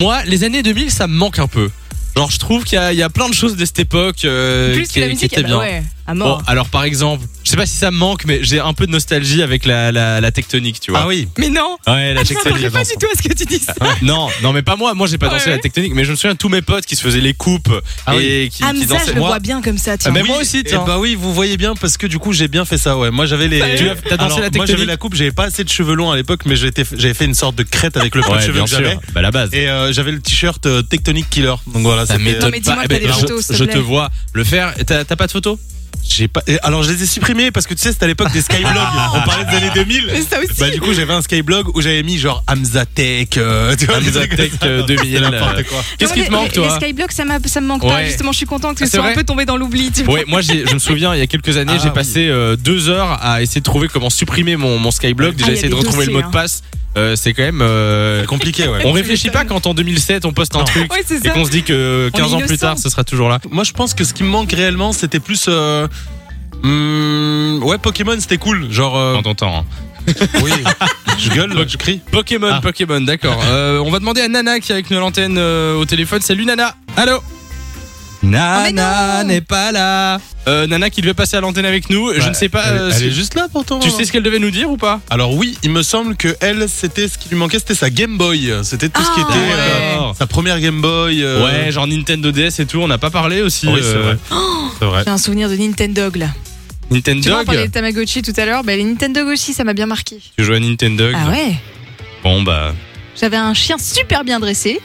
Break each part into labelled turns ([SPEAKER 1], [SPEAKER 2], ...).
[SPEAKER 1] Moi, les années 2000, ça me manque un peu. Genre, je trouve qu'il y, a- il y a plein de choses de cette époque euh,
[SPEAKER 2] Plus
[SPEAKER 1] qui,
[SPEAKER 2] que la
[SPEAKER 1] qui
[SPEAKER 2] musique,
[SPEAKER 1] étaient
[SPEAKER 2] ah bah
[SPEAKER 1] bien.
[SPEAKER 2] ouais, à
[SPEAKER 1] Bon,
[SPEAKER 2] mort.
[SPEAKER 1] alors par exemple, je sais pas si ça me manque, mais j'ai un peu de nostalgie avec la, la, la tectonique, tu vois.
[SPEAKER 3] Ah oui.
[SPEAKER 2] Mais non,
[SPEAKER 1] Ouais, la
[SPEAKER 2] Ah, je m'attendais
[SPEAKER 1] tectonique.
[SPEAKER 2] pas du tout à ce que tu
[SPEAKER 1] Ah,
[SPEAKER 2] dis ça.
[SPEAKER 1] non, non, mais pas moi. Moi, j'ai pas
[SPEAKER 2] Ouais,
[SPEAKER 1] dansé la
[SPEAKER 2] ouais.
[SPEAKER 1] tectonique, mais je me souviens de tous mes potes qui se faisaient les coupes
[SPEAKER 3] Ah
[SPEAKER 1] et qui, qui
[SPEAKER 2] Hamza, je
[SPEAKER 1] dansaient.
[SPEAKER 2] le
[SPEAKER 1] Moi,
[SPEAKER 2] vois bien comme ça, tiens. ben,
[SPEAKER 1] Ah, mais
[SPEAKER 3] Oui,
[SPEAKER 1] moi aussi,
[SPEAKER 3] eh
[SPEAKER 1] tiens.
[SPEAKER 3] bah oui, vous voyez bien parce que du coup j'ai bien fait ça. Ouais, moi j'avais les.
[SPEAKER 1] Tu as- t'as dansé
[SPEAKER 3] Alors,
[SPEAKER 1] la
[SPEAKER 3] Moi
[SPEAKER 1] tectonique
[SPEAKER 3] j'avais la coupe, j'avais pas assez de cheveux longs à l'époque, mais j'étais- j'avais fait une sorte de crête avec le peu de
[SPEAKER 1] ouais,
[SPEAKER 3] cheveux
[SPEAKER 1] bien
[SPEAKER 3] que
[SPEAKER 1] sûr.
[SPEAKER 3] j'avais.
[SPEAKER 1] Bah, la base.
[SPEAKER 3] Et euh, j'avais le t-shirt euh, Tectonic Killer. Donc voilà,
[SPEAKER 1] ça
[SPEAKER 3] c'était-
[SPEAKER 1] m'étonne
[SPEAKER 2] Non, mais
[SPEAKER 1] pas.
[SPEAKER 2] dis-moi que
[SPEAKER 1] Eh
[SPEAKER 2] t'as
[SPEAKER 1] ben,
[SPEAKER 2] des
[SPEAKER 1] je-
[SPEAKER 2] photos, s'il te
[SPEAKER 1] je
[SPEAKER 2] plaît.
[SPEAKER 1] te vois le faire. T'as t'as pas de photos
[SPEAKER 3] euh, J'ai pas. et Alors je les ai supprimés parce que tu sais, c'était à l'époque des skyblogs. On parlait des années 2000.
[SPEAKER 2] Mais ça aussi.
[SPEAKER 3] Bah du coup j'avais un skyblog où j'avais mis genre Hamza Tech, euh, tu vois,
[SPEAKER 1] Hamza
[SPEAKER 3] des trucs
[SPEAKER 1] Tech,
[SPEAKER 3] comme ça.
[SPEAKER 1] euh, 2000,
[SPEAKER 3] C'était n'importe
[SPEAKER 1] euh,
[SPEAKER 3] quoi.
[SPEAKER 1] Qu'est-ce
[SPEAKER 2] Non,
[SPEAKER 1] qui
[SPEAKER 2] mais
[SPEAKER 1] te
[SPEAKER 2] les-
[SPEAKER 1] manque, toi
[SPEAKER 2] Les Skyblocks, ça, m'a- ça me manque pas.
[SPEAKER 1] Ouais.
[SPEAKER 2] Justement, je suis contente que
[SPEAKER 1] Ah,
[SPEAKER 2] ce
[SPEAKER 1] c'est
[SPEAKER 2] soit
[SPEAKER 1] vrai
[SPEAKER 2] un peu tombé dans l'oubli. tu vois.
[SPEAKER 1] Ouais, moi j'ai- je me souviens il y a quelques années,
[SPEAKER 3] Ah,
[SPEAKER 1] j'ai
[SPEAKER 3] oui.
[SPEAKER 1] passé euh, deux heures à essayer de trouver comment supprimer mon, mon Skyblock. Déjà
[SPEAKER 2] Ah, il y a
[SPEAKER 1] essayer de
[SPEAKER 2] des
[SPEAKER 1] retrouver le
[SPEAKER 2] dossiers,
[SPEAKER 1] mot de
[SPEAKER 2] hein.
[SPEAKER 1] passe. Euh, c'est quand même. euh,
[SPEAKER 3] C'est compliqué, ouais.
[SPEAKER 1] on réfléchit pas quand en 2007 on poste un
[SPEAKER 3] Non.
[SPEAKER 1] truc
[SPEAKER 2] Ouais, c'est
[SPEAKER 1] et
[SPEAKER 2] ça.
[SPEAKER 1] qu'on se dit que
[SPEAKER 2] On
[SPEAKER 1] 15
[SPEAKER 2] est
[SPEAKER 1] ans plus
[SPEAKER 2] innocent.
[SPEAKER 1] tard ce sera toujours là.
[SPEAKER 3] Moi, je pense que ce qui me manque réellement, c'était plus. euh, hmm, ouais, Pokémon, c'était cool. Genre. euh,
[SPEAKER 1] Quand on t'entend, hein.
[SPEAKER 3] oui. Je gueule, je crie.
[SPEAKER 1] Pokémon,
[SPEAKER 3] Ah.
[SPEAKER 1] Pokémon, d'accord. Euh, on va demander à Nana qui est avec nous à l'antenne euh, au téléphone. Salut Nana Allô
[SPEAKER 2] Oh, mais
[SPEAKER 1] Nana
[SPEAKER 2] non
[SPEAKER 1] n'est pas là Euh, Nana qui devait passer à l'antenne avec nous. je ne sais pas.
[SPEAKER 3] Bah, Elle,
[SPEAKER 1] euh,
[SPEAKER 3] elle
[SPEAKER 1] si-
[SPEAKER 3] est juste là pourtant.
[SPEAKER 1] Tu sais ce qu'elle devait nous dire ou pas
[SPEAKER 3] Alors oui, il me semble que elle, c'était ce qui lui manquait, c'était sa Game Boy. C'était tout ce qui
[SPEAKER 2] Ah,
[SPEAKER 3] était
[SPEAKER 2] ouais.
[SPEAKER 3] euh, sa première Game Boy. euh,
[SPEAKER 1] Ouais, genre Nintendo DS et tout, on n'a pas parlé aussi.
[SPEAKER 3] Oui, c'est
[SPEAKER 1] euh,
[SPEAKER 3] vrai. C'est vrai.
[SPEAKER 2] J'ai un souvenir de Nintendo là. Tu vois,
[SPEAKER 1] Nintendo
[SPEAKER 2] on parlait de Tamagotchi tout à l'heure. Bah, les Nintendo aussi, ça m'a bien marqué.
[SPEAKER 1] Tu joues à Nintendo
[SPEAKER 2] Ah ouais
[SPEAKER 1] Bon bah.
[SPEAKER 2] J'avais un chien super bien dressé.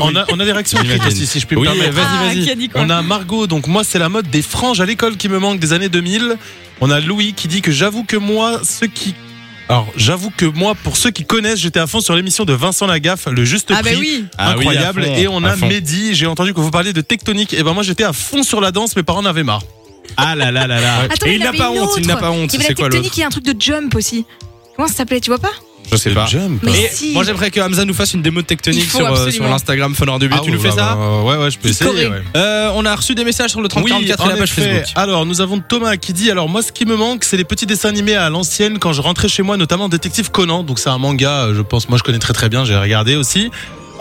[SPEAKER 3] On a, on a des réactions écrites
[SPEAKER 1] J'imagine.
[SPEAKER 3] aussi, si je puis me
[SPEAKER 1] Oui,
[SPEAKER 3] permettre.
[SPEAKER 1] vas-y,
[SPEAKER 2] Ah, vas-y. qui a dit quoi
[SPEAKER 3] On a Margot, donc moi, c'est la mode des franges à l'école qui me manque des années 2000. On a Louis qui dit que j'avoue que moi, ceux qui. Alors, j'avoue que moi, pour ceux qui connaissent, j'étais à fond sur l'émission de Vincent Lagaffe, le juste
[SPEAKER 2] Ah bah
[SPEAKER 3] prix.
[SPEAKER 2] oui.
[SPEAKER 1] Ah oui,
[SPEAKER 3] Incroyable.
[SPEAKER 1] à fond,
[SPEAKER 3] et on
[SPEAKER 1] à
[SPEAKER 3] a
[SPEAKER 1] fond.
[SPEAKER 3] Mehdi, j'ai entendu que vous parliez de tectonique. Et ben moi, j'étais à fond sur la danse, mes parents en avaient marre.
[SPEAKER 1] Ah là là là là.
[SPEAKER 2] Attends,
[SPEAKER 1] et
[SPEAKER 2] il
[SPEAKER 1] il n'a
[SPEAKER 2] avait
[SPEAKER 1] pas
[SPEAKER 2] une
[SPEAKER 1] honte, il
[SPEAKER 2] autre.
[SPEAKER 1] n'a pas honte.
[SPEAKER 2] Il y avait
[SPEAKER 1] C'est
[SPEAKER 2] la
[SPEAKER 1] quoi l'autre
[SPEAKER 2] tectonique et un truc de jump aussi. Comment ça s'appelait Tu vois pas
[SPEAKER 1] Je sais
[SPEAKER 3] Le
[SPEAKER 1] pas.
[SPEAKER 3] jump.
[SPEAKER 2] Mais
[SPEAKER 1] Et
[SPEAKER 2] si.
[SPEAKER 1] moi j'aimerais que Hamza nous fasse une démo de
[SPEAKER 2] Il
[SPEAKER 1] tectonique
[SPEAKER 2] faut
[SPEAKER 1] sur, euh, sur
[SPEAKER 2] absolument.
[SPEAKER 1] l'Instagram Funor du
[SPEAKER 3] Ah
[SPEAKER 1] Tu
[SPEAKER 3] oui,
[SPEAKER 1] nous fais
[SPEAKER 3] bah,
[SPEAKER 1] ça
[SPEAKER 3] bah, Ouais, ouais, je peux essayer.
[SPEAKER 2] Picoré.
[SPEAKER 3] ouais.
[SPEAKER 1] Euh, On a reçu des messages sur le 3044 et
[SPEAKER 3] en
[SPEAKER 1] la page
[SPEAKER 3] effet.
[SPEAKER 1] Facebook.
[SPEAKER 3] Alors, nous avons Thomas qui dit Alors, moi, ce qui me manque, c'est les petits dessins animés à l'ancienne quand je rentrais chez moi, notamment Détective Conan. Donc, c'est un manga, euh, je pense, moi, je connais très très bien, j'ai regardé aussi.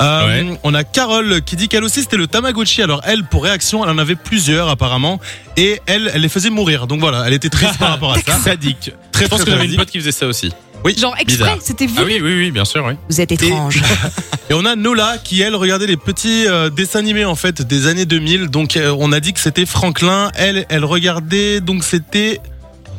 [SPEAKER 3] Euh,
[SPEAKER 1] Ouais.
[SPEAKER 3] On a Carole qui dit qu'elle aussi c'était le Tamagotchi. Alors elle, pour réaction, elle en avait plusieurs apparemment, et elle, elle les faisait mourir. Donc voilà, elle était triste par rapport à ça.
[SPEAKER 1] Sadique. Je pense
[SPEAKER 3] très
[SPEAKER 1] que j'avais une
[SPEAKER 3] Ah, sadique.
[SPEAKER 1] pote qui faisait ça aussi.
[SPEAKER 2] Genre exprès,
[SPEAKER 1] Bizarre.
[SPEAKER 2] c'était vous.
[SPEAKER 1] Ah oui, oui, oui, bien sûr, oui.
[SPEAKER 2] Vous êtes étrange.
[SPEAKER 3] Et on a Nola qui, elle, regardait les petits euh, dessins animés en fait des années 2000. Donc euh, on a dit que c'était Franklin. Elle, elle regardait, donc c'était.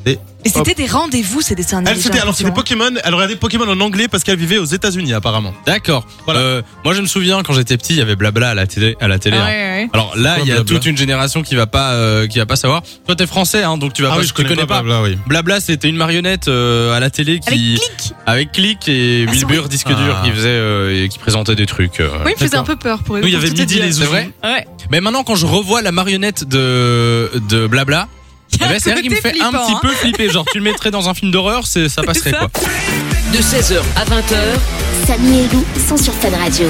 [SPEAKER 2] Mais c'était des rendez-vous ces dessins animés.
[SPEAKER 3] Elle, c'était.
[SPEAKER 2] j'ai
[SPEAKER 3] Alors c'était
[SPEAKER 2] l'impression.
[SPEAKER 3] Pokémon. Elle regardait Pokémon en anglais parce qu'elle vivait aux États-Unis apparemment.
[SPEAKER 1] D'accord.
[SPEAKER 3] Voilà.
[SPEAKER 1] Euh, moi je me souviens quand j'étais petit, il y avait blabla à la télé. À la télé
[SPEAKER 2] Ah
[SPEAKER 1] hein.
[SPEAKER 2] ouais, ouais.
[SPEAKER 1] Alors là,
[SPEAKER 3] Quoi,
[SPEAKER 1] il y a
[SPEAKER 3] Blabla
[SPEAKER 1] toute une génération qui va pas, euh, qui va pas savoir. Toi, t'es français, hein, donc tu
[SPEAKER 3] Ah
[SPEAKER 1] vas pas. tu connais pas.
[SPEAKER 3] Blabla, oui.
[SPEAKER 1] Blabla, c'était une marionnette euh, à la télé
[SPEAKER 2] Avec
[SPEAKER 1] qui,
[SPEAKER 2] clic.
[SPEAKER 1] avec clic et
[SPEAKER 2] Ah,
[SPEAKER 1] Wilbur disque
[SPEAKER 3] Ah.
[SPEAKER 1] dur qui faisait euh, et qui présentait des trucs. euh.
[SPEAKER 2] Oui, il me faisait un peu peur pour
[SPEAKER 3] Nous, il y
[SPEAKER 2] pour
[SPEAKER 3] avait
[SPEAKER 2] tout te
[SPEAKER 3] Midi
[SPEAKER 2] dire.
[SPEAKER 3] les
[SPEAKER 1] C'est vrai.
[SPEAKER 2] Ouais.
[SPEAKER 1] Mais maintenant, quand je revois la marionnette de de Blabla.
[SPEAKER 2] Il y a
[SPEAKER 1] eh ben,
[SPEAKER 2] un
[SPEAKER 1] c'est vrai qu'il me
[SPEAKER 2] côté
[SPEAKER 1] fait un
[SPEAKER 2] flippant,
[SPEAKER 1] petit
[SPEAKER 2] hein.
[SPEAKER 1] peu flipper. Genre, tu le mettrais dans un film d'horreur, c'est- ça passerait
[SPEAKER 2] ça.
[SPEAKER 1] quoi.
[SPEAKER 4] De 16h à 20h,
[SPEAKER 5] Samy et Lou sont sur Fun Radio.